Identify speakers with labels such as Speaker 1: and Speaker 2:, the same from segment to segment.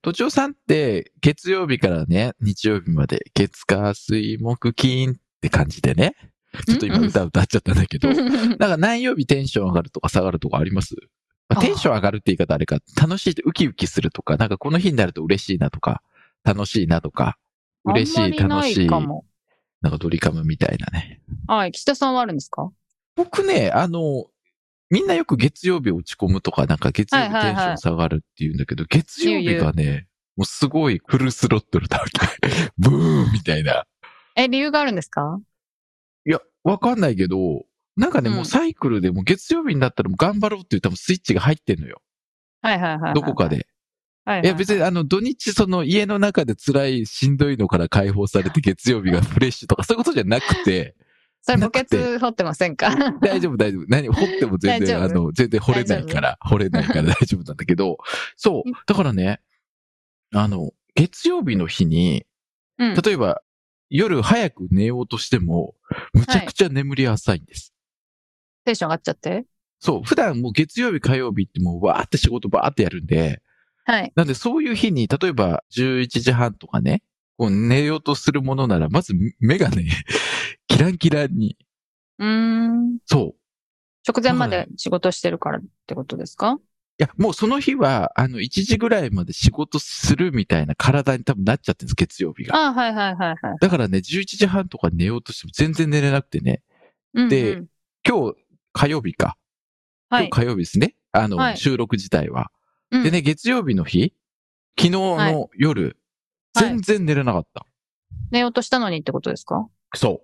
Speaker 1: 都庁さんって、月曜日からね、日曜日まで、月火水木金って感じでね。ちょっと今
Speaker 2: うんうん
Speaker 1: 歌歌っちゃったんだけ ど。なん
Speaker 2: う
Speaker 1: か何曜日テンション上がるとか下がるとかあります、まあ、
Speaker 2: あ
Speaker 1: テンション上がるって言い方あれか、楽しいってウキウキするとか、なんかこの日になると嬉しいなとか、楽しいなとか、嬉しい、
Speaker 2: あんま
Speaker 1: 楽
Speaker 2: り
Speaker 1: し、
Speaker 2: ないいか
Speaker 1: な
Speaker 2: も。
Speaker 1: んかドリカムみたいなね。
Speaker 2: はい、岸田さんはあるんですか
Speaker 1: 僕ね、あの、みんなよく月曜日落ち込むとか、なんか月曜日
Speaker 2: はい
Speaker 1: テ
Speaker 2: はい
Speaker 1: ンシ
Speaker 2: はい
Speaker 1: ョン下がるって言うんだけど、月曜日がね、もうすごいフルスロットルだわけ。 ブーンみたいな。
Speaker 2: え、理由があるんですか
Speaker 1: いや、わかんないけど、なんかね、
Speaker 2: うん
Speaker 1: もうサイクルでもう月曜日になったらもう頑張ろうっていう多分スイッチが入ってんのよ。
Speaker 2: はいはいはいはい。
Speaker 1: どこか。で。
Speaker 2: はいはい
Speaker 1: いや、別にあの土日その家の中で辛いしんどいのから解放されて月曜日がフレッシュとかそういうことじゃなくて、
Speaker 2: それ、墓
Speaker 1: な
Speaker 2: 穴掘ってませんか
Speaker 1: 大丈夫、大丈夫。何、掘っても全然、あ
Speaker 2: 大丈夫
Speaker 1: の、全然掘れないから、掘れないから 大丈夫なんだけど、そう。だからね、あの、月曜日の日に、
Speaker 2: うん。
Speaker 1: 例えば、夜早く寝ようとしても、むちゃくちゃ眠り浅いんです。
Speaker 2: テンション上がっちゃって。
Speaker 1: そう。普段もう月曜日、火曜日ってもうわーって仕事ばーってやるんで、
Speaker 2: はい。
Speaker 1: なんでそういう日に、例えば11時半とかね、こう寝ようとするものなら、まず目がね、 キランキランに、
Speaker 2: うーん。
Speaker 1: そう。
Speaker 2: 直前まで仕事してるからってことですか
Speaker 1: いや、もうその日は、あの、1時ぐらいまで仕事するみたいな体に多分なっちゃってるんです、月曜日が。
Speaker 2: ああはいはいはいはい。
Speaker 1: だからね、11時半とか寝ようとしても全然寝れなくてね、
Speaker 2: うんうん
Speaker 1: で、今日火曜日か。
Speaker 2: は
Speaker 1: 今
Speaker 2: い
Speaker 1: 日。火曜日ですね。あの、
Speaker 2: はい
Speaker 1: 収録自体は。
Speaker 2: うん
Speaker 1: でね、月曜日の日、昨日の夜、
Speaker 2: はい
Speaker 1: 全然寝れなかった。
Speaker 2: 寝ようとしたのにってことですか
Speaker 1: そ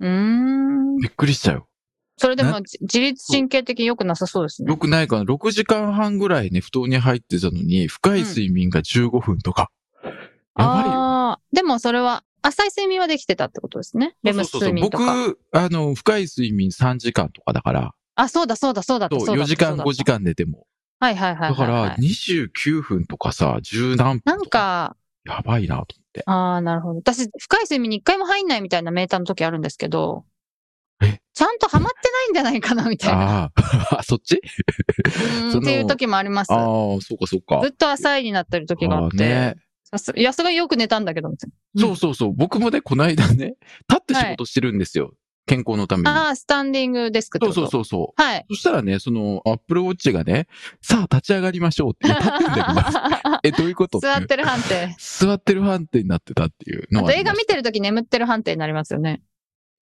Speaker 1: う
Speaker 2: ーん
Speaker 1: う。。びっくりしたよ。
Speaker 2: それで
Speaker 1: な
Speaker 2: も、じ自律神経的に良くなさそうですね。
Speaker 1: よくないかな。6時間半ぐらいね、布団に入ってたのに、深い睡眠が15分とか。やばいよね。
Speaker 2: ああー、でもそれは、浅い睡眠はできてたってことですね。レム
Speaker 1: そうそう
Speaker 2: 睡眠とか。
Speaker 1: そう僕、あの、深い睡眠3時間とかだから、
Speaker 2: あ、そうだそうだそうだった
Speaker 1: そう、
Speaker 2: そうだ
Speaker 1: 4
Speaker 2: った
Speaker 1: 時間、
Speaker 2: そうだった
Speaker 1: 5時間寝ても。
Speaker 2: はいはいはい
Speaker 1: だ
Speaker 2: は
Speaker 1: か
Speaker 2: いはい。
Speaker 1: ら、29分とかさ、10何
Speaker 2: な
Speaker 1: 分
Speaker 2: ん
Speaker 1: とか。
Speaker 2: か、
Speaker 1: やばいなと思って。
Speaker 2: ああ、なるほど。私、深い睡眠に一回も入んないみたいなメーターの時あるんですけど
Speaker 1: え、
Speaker 2: ちゃんとハマってないんじゃないかな、みたいな。
Speaker 1: あ あ、そっち
Speaker 2: う
Speaker 1: そ
Speaker 2: ん
Speaker 1: の
Speaker 2: っていう時もあります
Speaker 1: あ。あ、そうかそうか
Speaker 2: ず。っと浅いになってる時があっ
Speaker 1: あーね
Speaker 2: て。さすいや、すごいよく寝たんだけど、みたいうん
Speaker 1: そうそうそう。僕もね、この間ね、立って仕事してるんですよ。健康のために。
Speaker 2: な。ああ、スタンディングデスクって
Speaker 1: そ
Speaker 2: こ
Speaker 1: う
Speaker 2: と。
Speaker 1: そうそうそう
Speaker 2: はい。
Speaker 1: う。そしたらね、その、アップルウォッチがね、さあ立ち上がりましょうって、いや立ってんだよ、ま ずえ、どういうこと
Speaker 2: 座ってる判定。
Speaker 1: 座ってる判定になってたっていう
Speaker 2: あ
Speaker 1: の
Speaker 2: と
Speaker 1: はり
Speaker 2: 映
Speaker 1: ま
Speaker 2: 画
Speaker 1: し
Speaker 2: 見てる時眠ってる判定になりますよね。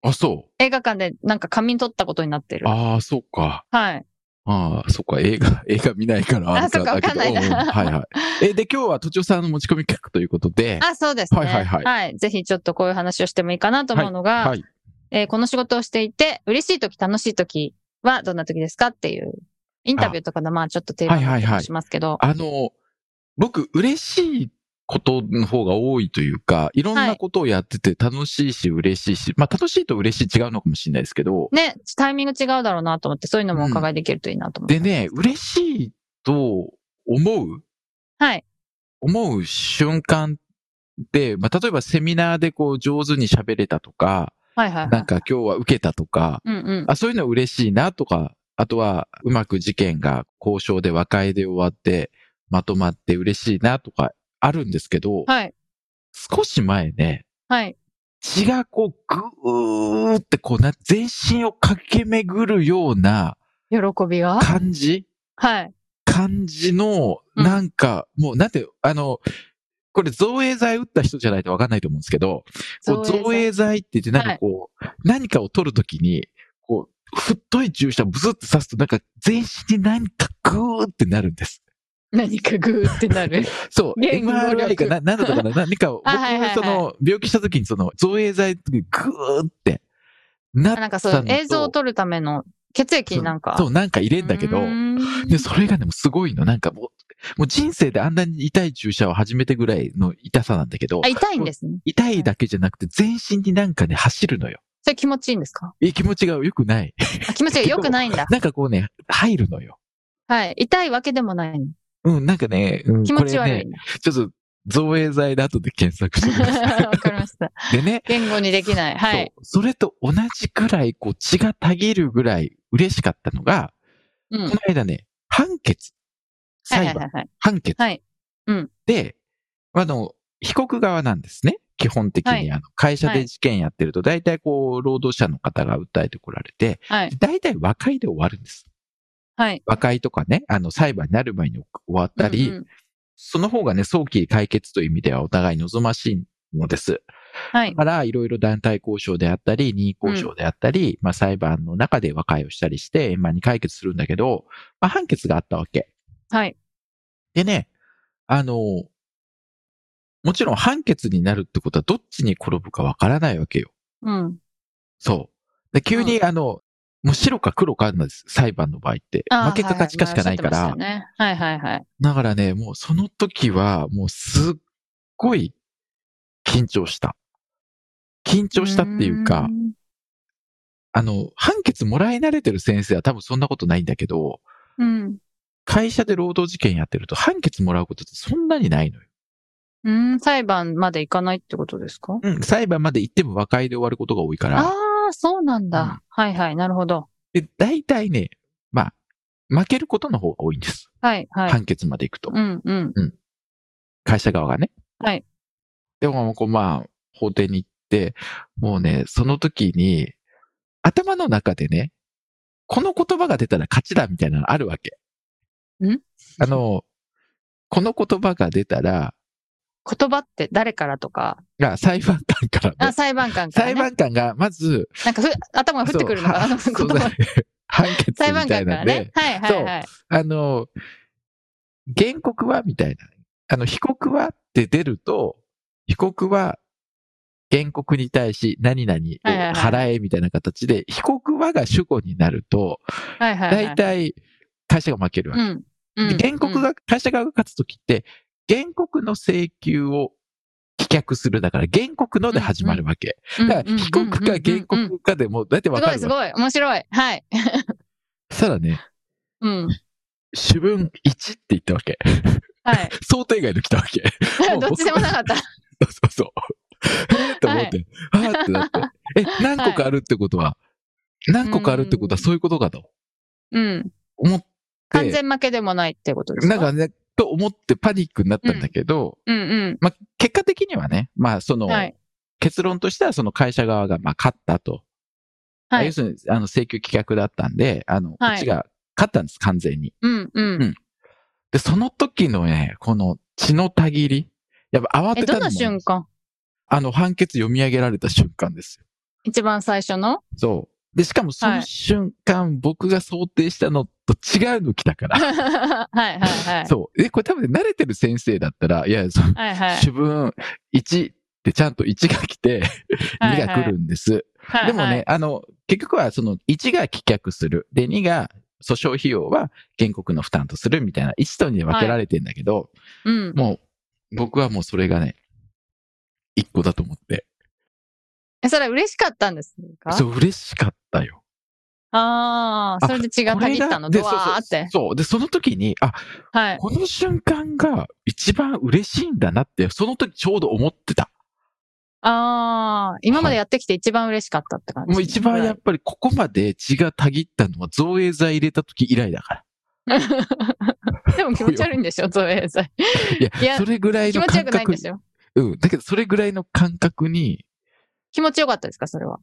Speaker 1: た。あ、そ
Speaker 2: 映画館でなんか仮眠取ったことになって
Speaker 1: う。
Speaker 2: る。
Speaker 1: ああ、そうか。
Speaker 2: はい。
Speaker 1: ああ、そっか、映画、 映画見ないから
Speaker 2: あそっか
Speaker 1: だけど
Speaker 2: わかんないな
Speaker 1: うんはいはい。え、で、今日は都庁さんの持ち込み企画ということで、
Speaker 2: あ、そうですね。
Speaker 1: はいはいはい
Speaker 2: ぜひちょっとこういう話をしてもいいかなと思うのが、
Speaker 1: はい。
Speaker 2: えーこの仕事をしていて、嬉しい時、楽しい時はどんな時ですかっていう、インタビューとかのまあちょっとテーマ
Speaker 1: はいはいはい
Speaker 2: にしますけど、
Speaker 1: あの、僕、嬉しいことの方が多いというか、いろんなことをやってて楽しいし嬉しいし、まあ楽しいと嬉しい違うのかもしれないですけど、
Speaker 2: ね、タイミング違うだろうなと思って、そういうのもお伺いできるといいなと思って。
Speaker 1: でね、嬉しいと思う
Speaker 2: はい。
Speaker 1: 思う瞬間で、まあ例えばセミナーでこう上手に喋れたとか、
Speaker 2: はいはいはい。
Speaker 1: なんか今日は受けたとか、
Speaker 2: うんうん。
Speaker 1: あ、そういうの嬉しいなとか、あとはうまく事件が交渉で和解で終わって、まとまって嬉しいなとかあるんですけど、
Speaker 2: はい。
Speaker 1: 少し前ね、
Speaker 2: はい。
Speaker 1: 血がこうぐーってこうな、全身を駆け巡るような
Speaker 2: 喜びが
Speaker 1: 感じ
Speaker 2: はい。
Speaker 1: 感じの、
Speaker 2: うん
Speaker 1: なんか、もうなんて、あの、これ造影剤打った人じゃないとわかんないと思うんですけど、こう造影剤って言ってなんかこう、何かを取るときに、こう、太い注射ブスって刺すとなんか全身に何かグーってなるんです。
Speaker 2: 何かグーってな る。
Speaker 1: そう、
Speaker 2: 言語能
Speaker 1: MRI
Speaker 2: 力
Speaker 1: かな、なんだったかな、 何かを、
Speaker 2: あはいはいは
Speaker 1: 僕、
Speaker 2: い
Speaker 1: その、病気したときにその、造影剤の時にグーってな
Speaker 2: あなん
Speaker 1: った
Speaker 2: かそう
Speaker 1: の、と
Speaker 2: 映像を撮るための血液なんか。
Speaker 1: そう、なんか入れんだけど
Speaker 2: う、ーん
Speaker 1: で、それがね、もうすごいの。なんかもう、もう人生であんなに痛い注射を始めてぐらいの痛さなんだけど
Speaker 2: あ、、痛いんですね。
Speaker 1: 痛いだけじゃなくて全身になんかね、走るのよ。
Speaker 2: それ気持ちいいんですか
Speaker 1: え、気持ちが良くない。。
Speaker 2: あ気持ちが良くないんだ
Speaker 1: なんかこうね、入るのよ。
Speaker 2: はい。痛いわけでもないの。
Speaker 1: うん、なんかね、うん
Speaker 2: 気持ち
Speaker 1: こ
Speaker 2: 悪
Speaker 1: れ
Speaker 2: い
Speaker 1: ね、
Speaker 2: な。
Speaker 1: ちょっと、造影剤で後で検索してくださ
Speaker 2: わ、かりました。
Speaker 1: い。でね、
Speaker 2: 言語にできない。はい。
Speaker 1: そうそれと同じくらい、こう、血がたぎるぐらい嬉しかったのが、
Speaker 2: う
Speaker 1: こ
Speaker 2: ん
Speaker 1: の。間ね、判決。
Speaker 2: はい
Speaker 1: 裁
Speaker 2: はい
Speaker 1: 判、
Speaker 2: はいはい。
Speaker 1: 判決。
Speaker 2: はいうん
Speaker 1: で、あの、被告側なんですね。基本的に、
Speaker 2: はい
Speaker 1: あの会社
Speaker 2: は
Speaker 1: で
Speaker 2: い
Speaker 1: 事件やってると、大体こう、労働者の方が訴えてこられて、
Speaker 2: はい。
Speaker 1: 大体和解で終わるんです。
Speaker 2: はい。
Speaker 1: 和解とかね、あの、裁判になる前に終わったり、
Speaker 2: うんうん
Speaker 1: その方がね、早期解決という意味ではお互い望ましいのです。
Speaker 2: はい
Speaker 1: だ。から、いろいろ団体交渉であったり、任意交渉であったり、まあ裁判の中で和解をしたりして、円満に解決するんだけど、まあ判決があったわけ。
Speaker 2: はい。
Speaker 1: でね、あの、もちろん判決になるってことはどっちに転ぶかわからないわけよ。
Speaker 2: うん。
Speaker 1: そう。で急に、あの、もう白か黒かあるんです。裁判の場合って。
Speaker 2: あー
Speaker 1: 負けか勝ちかしかないから。
Speaker 2: はいはいまあおっしゃってましたよねはいはいはい。
Speaker 1: だからね、もうその時は、もうすっごい緊張した。緊張したっていうか、
Speaker 2: ーん。
Speaker 1: あの、判決もらい慣れてる先生は多分そんなことないんだけど、
Speaker 2: うん。
Speaker 1: 会社で労働事件やってると判決もらうことってそんなにないのよ。
Speaker 2: うーん、裁判まで行かないってことですか
Speaker 1: うん、裁判まで行っても和解で終わることが多いから、
Speaker 2: ああ、そうなんだ、
Speaker 1: うん
Speaker 2: はいはい、なるほど。
Speaker 1: で、大体ね、まあ、負けることの方が多いんです。
Speaker 2: はいはい。
Speaker 1: 判決まで行くと
Speaker 2: う。んうん。
Speaker 1: 会社側がね。
Speaker 2: はい。
Speaker 1: でも、こう、まあ、法廷に行って、もうね、その時に、頭の中でね、この言葉が出たら勝ちだみたいなのあるわけ。
Speaker 2: ん
Speaker 1: あの、この言葉が出たら、
Speaker 2: 言葉って誰からとか、
Speaker 1: が裁判官から
Speaker 2: あ
Speaker 1: ね、
Speaker 2: 裁判官から、ね。
Speaker 1: 裁判官がまず、
Speaker 2: なんかふ頭が降ってくるのかな、あの
Speaker 1: そ
Speaker 2: 言
Speaker 1: うそうだ
Speaker 2: 葉
Speaker 1: ね。判決みた
Speaker 2: 裁
Speaker 1: いな
Speaker 2: 判
Speaker 1: んで
Speaker 2: 官からね。はいはいはい。
Speaker 1: あの、原告はみたいな。あの、被告はって出ると、被告は原告に対し何々
Speaker 2: はいはいは
Speaker 1: を
Speaker 2: い
Speaker 1: 払えみたいな形で、被告はが主語になると、
Speaker 2: はいはい、
Speaker 1: 大
Speaker 2: はい。
Speaker 1: 体会社が負けるわ
Speaker 2: う
Speaker 1: け。
Speaker 2: ん。うん、
Speaker 1: で原告
Speaker 2: うん、
Speaker 1: が、会社側が勝つときって、原告の請求を棄却する。だから原告ので始まるわけ。
Speaker 2: うん
Speaker 1: だから被告か原
Speaker 2: うんうんうん
Speaker 1: 告かでも、だってわ
Speaker 2: す
Speaker 1: かる
Speaker 2: ご
Speaker 1: わ
Speaker 2: い
Speaker 1: け
Speaker 2: す。ごい、面白い。はい。
Speaker 1: そしたらね、
Speaker 2: うん。
Speaker 1: 主文1って言ったわけ。
Speaker 2: はい。
Speaker 1: 想定外の来たわけ。もう
Speaker 2: どっちでもなかった。
Speaker 1: そうそうそう。 えーって思って、あーってなって。え、何個かあるってことは、何個かあるってことはそういうことかと
Speaker 2: うん。
Speaker 1: 思って、
Speaker 2: 完全負けでもないってことですか
Speaker 1: なんかね、と思ってパニックになったんだけど、
Speaker 2: うんうん。
Speaker 1: まあ、結果的にはね、まあ、その、
Speaker 2: はい。
Speaker 1: 結論としてはその会社側が、まあ、勝ったと。
Speaker 2: は
Speaker 1: 要
Speaker 2: い。
Speaker 1: するに、あの、請求棄却だったんで、あの、こ
Speaker 2: はい
Speaker 1: っちが勝ったんです、完全に。
Speaker 2: うんうん。
Speaker 1: で、その時のね、この血のたぎり、やっぱ慌
Speaker 2: え、
Speaker 1: てた
Speaker 2: ど
Speaker 1: のも、
Speaker 2: の瞬間
Speaker 1: あの、判決読み上げられた瞬間ですよ
Speaker 2: 一番最初の
Speaker 1: そう。で、しかもそ
Speaker 2: は
Speaker 1: の
Speaker 2: い
Speaker 1: 瞬間、僕が想定したのと違うの来たから。
Speaker 2: はいはいはい。
Speaker 1: そう。え、これ多分ね慣れてる先生だったら、いや、その、
Speaker 2: はいはい。
Speaker 1: 主文1ってちゃんと1が来て、
Speaker 2: はい
Speaker 1: 2が来るんです。
Speaker 2: はい
Speaker 1: でもね、、あの、結局はその1が棄却する。で、2が訴訟費用は原告の負担とするみたいな、1と2で分けられてんだけど、
Speaker 2: うん。
Speaker 1: もう、僕はもうそれがね、1個だと思って。
Speaker 2: えそれ嬉しかったんですか
Speaker 1: そう、嬉しかったよ。
Speaker 2: ああ、それで血がたぎったの、
Speaker 1: これ
Speaker 2: ド
Speaker 1: が
Speaker 2: ワ
Speaker 1: で
Speaker 2: ーっ
Speaker 1: そうそ
Speaker 2: て。
Speaker 1: うそう。で、その時に、あ、
Speaker 2: はい。
Speaker 1: この瞬間が一番嬉しいんだなって、その時ちょうど思ってた。
Speaker 2: ああ、今までやってきて一番嬉しかったって感じ。
Speaker 1: もう一番やっぱりここまで血がたぎったのは造影剤入れた時以来だか
Speaker 2: でも気持ち悪いんでしょ、造影剤。
Speaker 1: ら。いや、
Speaker 2: いや
Speaker 1: それぐらい
Speaker 2: 気
Speaker 1: の
Speaker 2: 持ちよ
Speaker 1: 感
Speaker 2: くないん
Speaker 1: 覚
Speaker 2: で。すよ。
Speaker 1: うん。だけど、それぐらいの感覚に、
Speaker 2: 気持ちよかったですか、それは。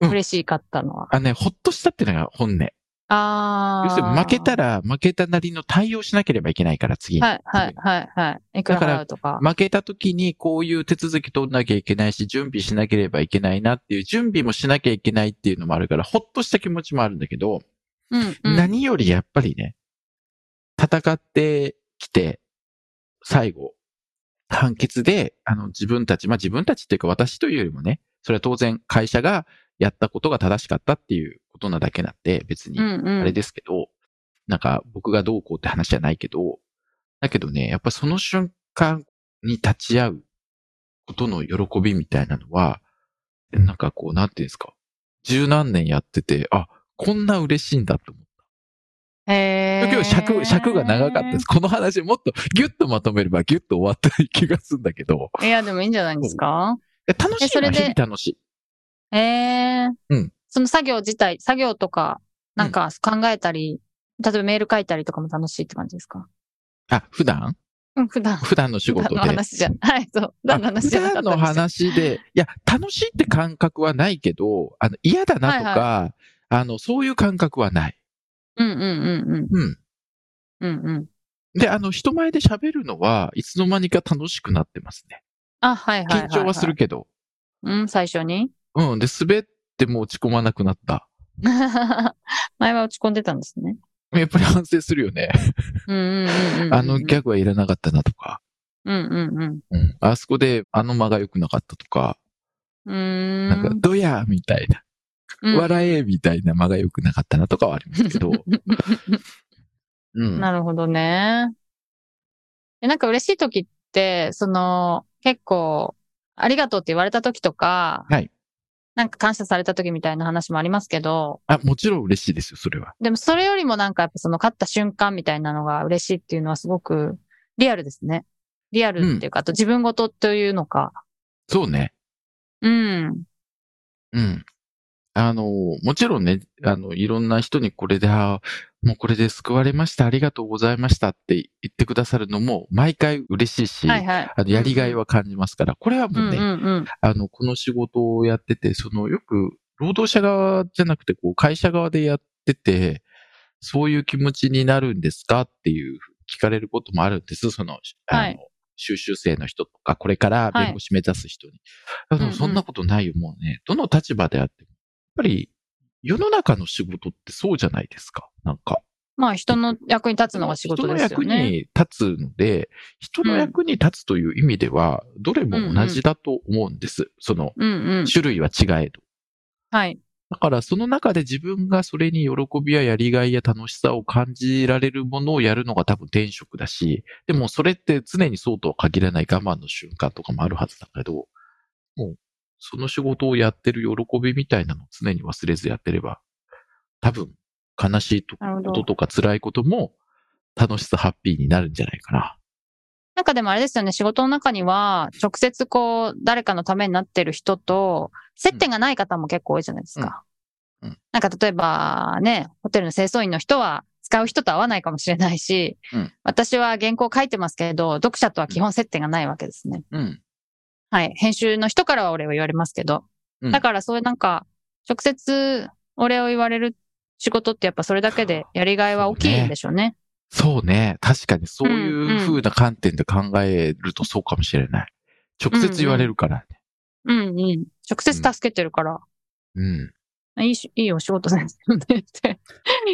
Speaker 1: うん
Speaker 2: 嬉しかったのは。
Speaker 1: あのね、ほっとしたっていうのが本音。
Speaker 2: ああ。
Speaker 1: 要するに負けた
Speaker 2: ら。
Speaker 1: ら、負けたなりの対応しなければいけないから、次。
Speaker 2: はい、はい、はい、はい。いくら
Speaker 1: だから
Speaker 2: 払うとか。
Speaker 1: 負けた時にこういう手続き取んなきゃいけないし、準備しなければいけないなっていう、準備もしなきゃいけないっていうのもあるから、ほっとした気持ちもあるんだけど、
Speaker 2: うん、うん。
Speaker 1: 何よりやっぱりね、戦ってきて、最後、判決で、あの、自分たち、まあ自分たちっていうか私というよりもね、それは当然会社がやったことが正しかったっていうことなだけなんで、別に、
Speaker 2: う
Speaker 1: あ
Speaker 2: んうん。
Speaker 1: れですけど、なんか僕がどうこうって話じゃないけど、だけどね、やっぱその瞬間に立ち会うことの喜びみたいなのは、なんかこう、なんていうんですか、十何年やってて、あ、こんな嬉しいんだと思って
Speaker 2: へー
Speaker 1: 今日尺、尺が長かったです。この話もっとギュッとまとめればギュッと終わった気がするんだけど、
Speaker 2: いや、でもいいんじゃないですか
Speaker 1: え楽し
Speaker 2: え
Speaker 1: い
Speaker 2: そ
Speaker 1: の
Speaker 2: れ
Speaker 1: は
Speaker 2: で
Speaker 1: 日々楽しい。
Speaker 2: へえ。
Speaker 1: うん。
Speaker 2: その作業自体、作業とか、なんか考えたり、例えばメール書いたりとかも楽しいって感じですか
Speaker 1: あ、普段
Speaker 2: うん、普段。
Speaker 1: 普段の仕
Speaker 2: 普
Speaker 1: 事
Speaker 2: 段
Speaker 1: で。
Speaker 2: の話じゃ、はい、そう。普段の話じゃなか
Speaker 1: あ
Speaker 2: っ
Speaker 1: 普段の
Speaker 2: たんです
Speaker 1: 話
Speaker 2: よ
Speaker 1: で、いや、楽しいって感覚はないけど、あの、嫌だなとか、あの、そういう感覚はない。
Speaker 2: うんうんうんうん。
Speaker 1: うん。
Speaker 2: うんうん。
Speaker 1: で、あの、人前で喋るのは、いつの間にか楽しくなってますね。
Speaker 2: あ、はいはいい
Speaker 1: 緊
Speaker 2: い
Speaker 1: 張はする。けど。
Speaker 2: うん、最初に
Speaker 1: うん。で、滑っても落ち込まなくなった。
Speaker 2: 前は落ち込んでたんですね。
Speaker 1: やっぱり反省するよね。
Speaker 2: うんうんうんうん。
Speaker 1: あのギャグはいらなかったなとか。
Speaker 2: うんうんうん。
Speaker 1: うん。あそこで、あの間が良くなかったとか、
Speaker 2: うーん。
Speaker 1: なんか、ドヤーみたいな、
Speaker 2: うん
Speaker 1: 笑えみたいな間が良くなかったなとかはあります けど。うん。
Speaker 2: なるほどね。えなんか嬉しい時って、その、結構、ありがとうって言われた時とか、
Speaker 1: はい
Speaker 2: なんか感謝された時みたいな話もありますけど、
Speaker 1: あ、もちろん嬉しいですよ、それは。
Speaker 2: でもそれよりもなんかやっぱその勝った瞬間みたいなのが嬉しいっていうのはすごくリアルですね。リアルっていうか、あと自分事というのか。
Speaker 1: そうね。
Speaker 2: うん。
Speaker 1: うん。あの、もちろんね、あの、いろんな人にこれで、あーもうこれで救われました、ありがとうございましたって言ってくださるのも、毎回嬉しいし、
Speaker 2: はいはい。
Speaker 1: あの、やりがいは感じますから、これは
Speaker 2: う
Speaker 1: も
Speaker 2: ん
Speaker 1: う
Speaker 2: うん
Speaker 1: ね、
Speaker 2: うん。
Speaker 1: あの、この仕事をやってて、その、よく、労働者側じゃなくて、こう、会社側でやってて、そういう気持ちになるんですかっていう、聞かれることもあるんです。その、あの、
Speaker 2: はい
Speaker 1: 修習生の人とか、これから弁護士目指す人に。
Speaker 2: い
Speaker 1: で
Speaker 2: うん
Speaker 1: も
Speaker 2: うん
Speaker 1: そんなことないよ、もうね。どの立場であっても。やっぱり、世の中の仕事ってそうじゃないですか。なんか。
Speaker 2: まあ人の役に立つのが仕事ですよ
Speaker 1: 人の役
Speaker 2: ね。
Speaker 1: に立つので、人の役に立つという意味では、どれも同じだと思うんです。その、
Speaker 2: うんうん。
Speaker 1: 種類は違えど。
Speaker 2: はい。
Speaker 1: だからその中で自分がそれに喜びややりがいや楽しさを感じられるものをやるのが多分転職だし、でもそれって常にそうとは限らない我慢の瞬間とかもあるはずだけど、もうその仕事をやってる喜びみたいなのを常に忘れずやってれば、多分悲しいとこ
Speaker 2: なるほど
Speaker 1: と。とか辛いことも楽しさハッピーになるんじゃないかな。
Speaker 2: なんかでもあれですよね、仕事の中には、直接こう、誰かのためになってる人と、接点がない方も結構多いじゃないですか。
Speaker 1: うんうん
Speaker 2: なんか例えば、ね、ホテルの清掃員の人は、使う人と会わないかもしれないし、
Speaker 1: うん
Speaker 2: 私は原稿書いてますけれど、読者とは基本接点がないわけですね。
Speaker 1: うん。
Speaker 2: はい。編集の人からは俺を言われますけど。
Speaker 1: うん
Speaker 2: だからそういうなんか、直接俺を言われる仕事ってやっぱそれだけでやりがいは大きいんでしょうね。
Speaker 1: そうね。確かにそう
Speaker 2: うんう
Speaker 1: い
Speaker 2: ん
Speaker 1: う風な観点で考えるとそうかもしれない。直接言われるからね。
Speaker 2: うんうん。直接助けてるから、
Speaker 1: うん。
Speaker 2: いいし、いいお仕事ですよねって。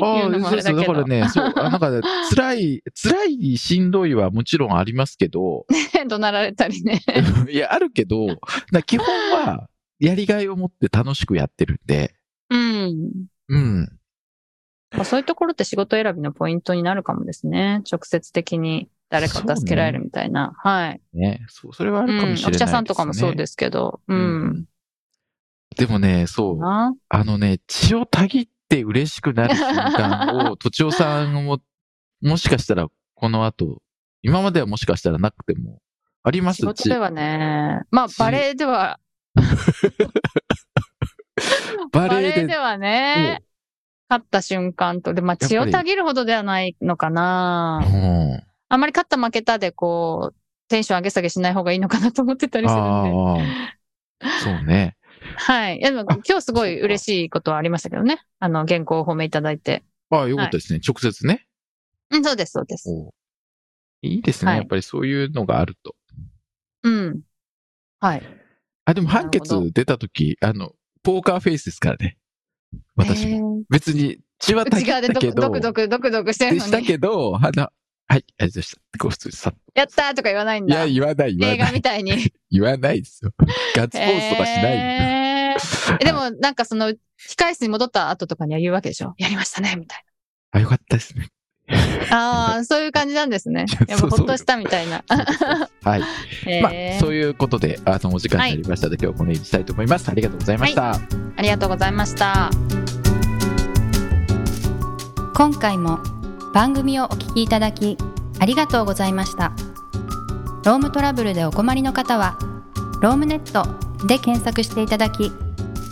Speaker 2: 言うのもあれだ
Speaker 1: そうそう、だ
Speaker 2: け
Speaker 1: か
Speaker 2: ど
Speaker 1: らね、そう、あなんか ね、辛い、辛いしんどいはもちろんありますけど、
Speaker 2: 怒鳴られたりね。
Speaker 1: いや、あるけど、な基本は、やりがいを持って楽しくやってるんで、
Speaker 2: うん。
Speaker 1: うん。
Speaker 2: まあ、そういうところって仕事選びのポイントになるかもですね。直接的に誰かを助けられるみたいな。はい。
Speaker 1: ね、そう、それはあ
Speaker 2: う
Speaker 1: るか
Speaker 2: ん。
Speaker 1: も
Speaker 2: お
Speaker 1: しれないです、ね。
Speaker 2: 茶さんとかもそうですすけど。う。
Speaker 1: うんでもね、そう、
Speaker 2: な
Speaker 1: あのね、血をたぎって嬉しくなる瞬間 を、とちおさんも、もしかしたら、この後、今まではもしかしたらなくても、あります
Speaker 2: 仕事ではね。まあ、バレエでは、
Speaker 1: 血バ
Speaker 2: バ
Speaker 1: レエ
Speaker 2: レエ
Speaker 1: で
Speaker 2: ではね、勝った瞬間と。で、まあ、血をたぎるほどではないのかな。
Speaker 1: うん。
Speaker 2: あんまり勝った負けたで、こう、テンション上げ下げしない方がいいのかなと思ってたりするんで。
Speaker 1: ああ、そうね。
Speaker 2: はい。いやで も
Speaker 1: あ
Speaker 2: 今日すごい
Speaker 1: そうか
Speaker 2: 嬉しいことはありましたけどね。あの、原稿を褒めいただいて。
Speaker 1: ああ、よかったですね。直接ね。
Speaker 2: うん、そうです、そうです。
Speaker 1: おいいですね、
Speaker 2: はい
Speaker 1: やっぱりそういうのがあると。
Speaker 2: うん。はい。
Speaker 1: あ、でも
Speaker 2: なる
Speaker 1: 判
Speaker 2: ほど
Speaker 1: 決出たとき、あの、ポーカーフェイスですからね。私も。
Speaker 2: も。
Speaker 1: 別に血はた
Speaker 2: 内
Speaker 1: ぎっ
Speaker 2: 側で
Speaker 1: た
Speaker 2: ドク
Speaker 1: け
Speaker 2: ド
Speaker 1: ど、
Speaker 2: クドクドクドクしてる
Speaker 1: で
Speaker 2: の
Speaker 1: した
Speaker 2: に、
Speaker 1: けど、あの、はい、ありがとうございました。こう普通にさっ
Speaker 2: やったーとか言わない
Speaker 1: い
Speaker 2: ん
Speaker 1: や、
Speaker 2: だ。
Speaker 1: 言わない、言わ
Speaker 2: 映
Speaker 1: な
Speaker 2: 画
Speaker 1: い。
Speaker 2: みたいに。
Speaker 1: 言わないですよ。ガッツポーズとかしない。
Speaker 2: へーえでも、なんかその、控室に戻った後とかには言うわけでしょやりましたね、みたい
Speaker 1: あ、よかったです ね。
Speaker 2: な。ああ、そういう感じなんですね。やっぱ
Speaker 1: そうそう
Speaker 2: ほっとしたみたいな。
Speaker 1: はい。ま
Speaker 2: へ
Speaker 1: あ、
Speaker 2: え
Speaker 1: そういうことで、あの、お時間になりましたので、今日はこの辺にしたいと思います。ありがとうございました。
Speaker 2: ありがとうございました。
Speaker 3: 今回も番組をお聞きいただきありがとうございましたロームトラブルでお困りの方はロームネットで検索していただき